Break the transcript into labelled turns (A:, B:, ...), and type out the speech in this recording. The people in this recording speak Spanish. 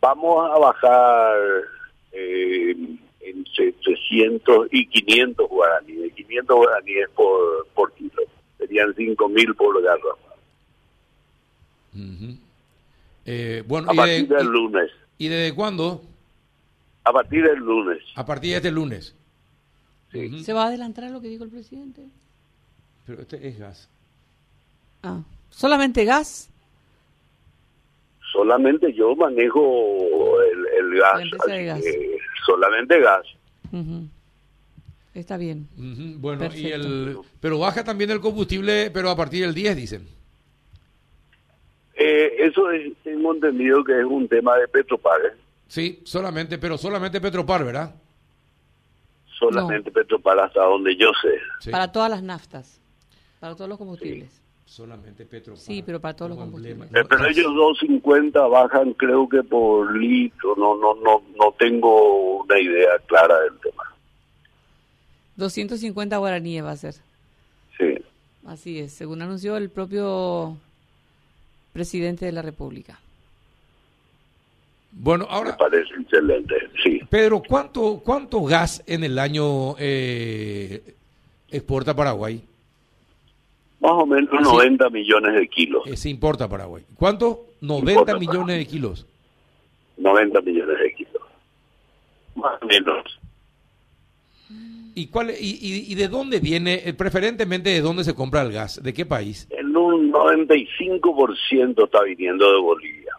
A: vamos a bajar eh, entre 300 y 500 guaraníes. 500 guaraníes por, por kilo. Serían 5.000 por garrafa.
B: Uh -huh. Eh, bueno,
A: A
B: y
A: partir
B: de-
A: del
B: y-
A: lunes.
B: ¿Y desde cuándo?
A: A partir del lunes.
B: A partir de este lunes.
A: Sí.
B: Ujú.
C: ¿Se va a adelantar a lo que dijo el presidente?
B: Pero este es gas.
C: Ah, solamente gas.
A: Solamente yo manejo el, el
C: La
A: gas.
C: empresa de
A: así
C: gas.
A: que solamente gas.
C: Ujú. Está bien.
B: Ujú, Bueno, y
C: Perfecto.
B: el, pero baja también el combustible, pero a partir del 10, dicen.
A: Eh, eso es- tengo entendido que es un tema de Petropar. ¿eh?
B: Sí, solamente, pero solamente Petropar, ¿verdad?
A: Solamente Petropar hasta donde yo sé.
B: Sí.
C: Para todas las naftas, para todos los combustibles.
B: Solamente Petropar.
C: Sí, pero para todos los
B: Como
C: combustibles.
B: emblema.
A: Eh, Pero ellos 250 bajan creo que por litro, no no no no tengo una idea clara del tema.
C: 250 guaraníes va a ser.
A: Sí.
C: Así es, según anunció el propio presidente de la República.
B: Bueno,
A: Me
B: ahora,
A: parece excelente, sí.
B: Pedro, ¿cuánto, cuánto gas en el año eh, exporta Paraguay?
A: Más o menos 90 millones de kilos.
B: Eh, se importa a Paraguay. ¿Cuánto? 90
A: Importa,
B: millones de
A: Paraguay.
B: kilos.
A: 90 millones de kilos. Más o menos.
B: ¿Y, cuál, y, y- y de dónde viene, eh, preferentemente de dónde se compra el gas? ¿De qué país?
A: En un 95% está viniendo de Bolivia.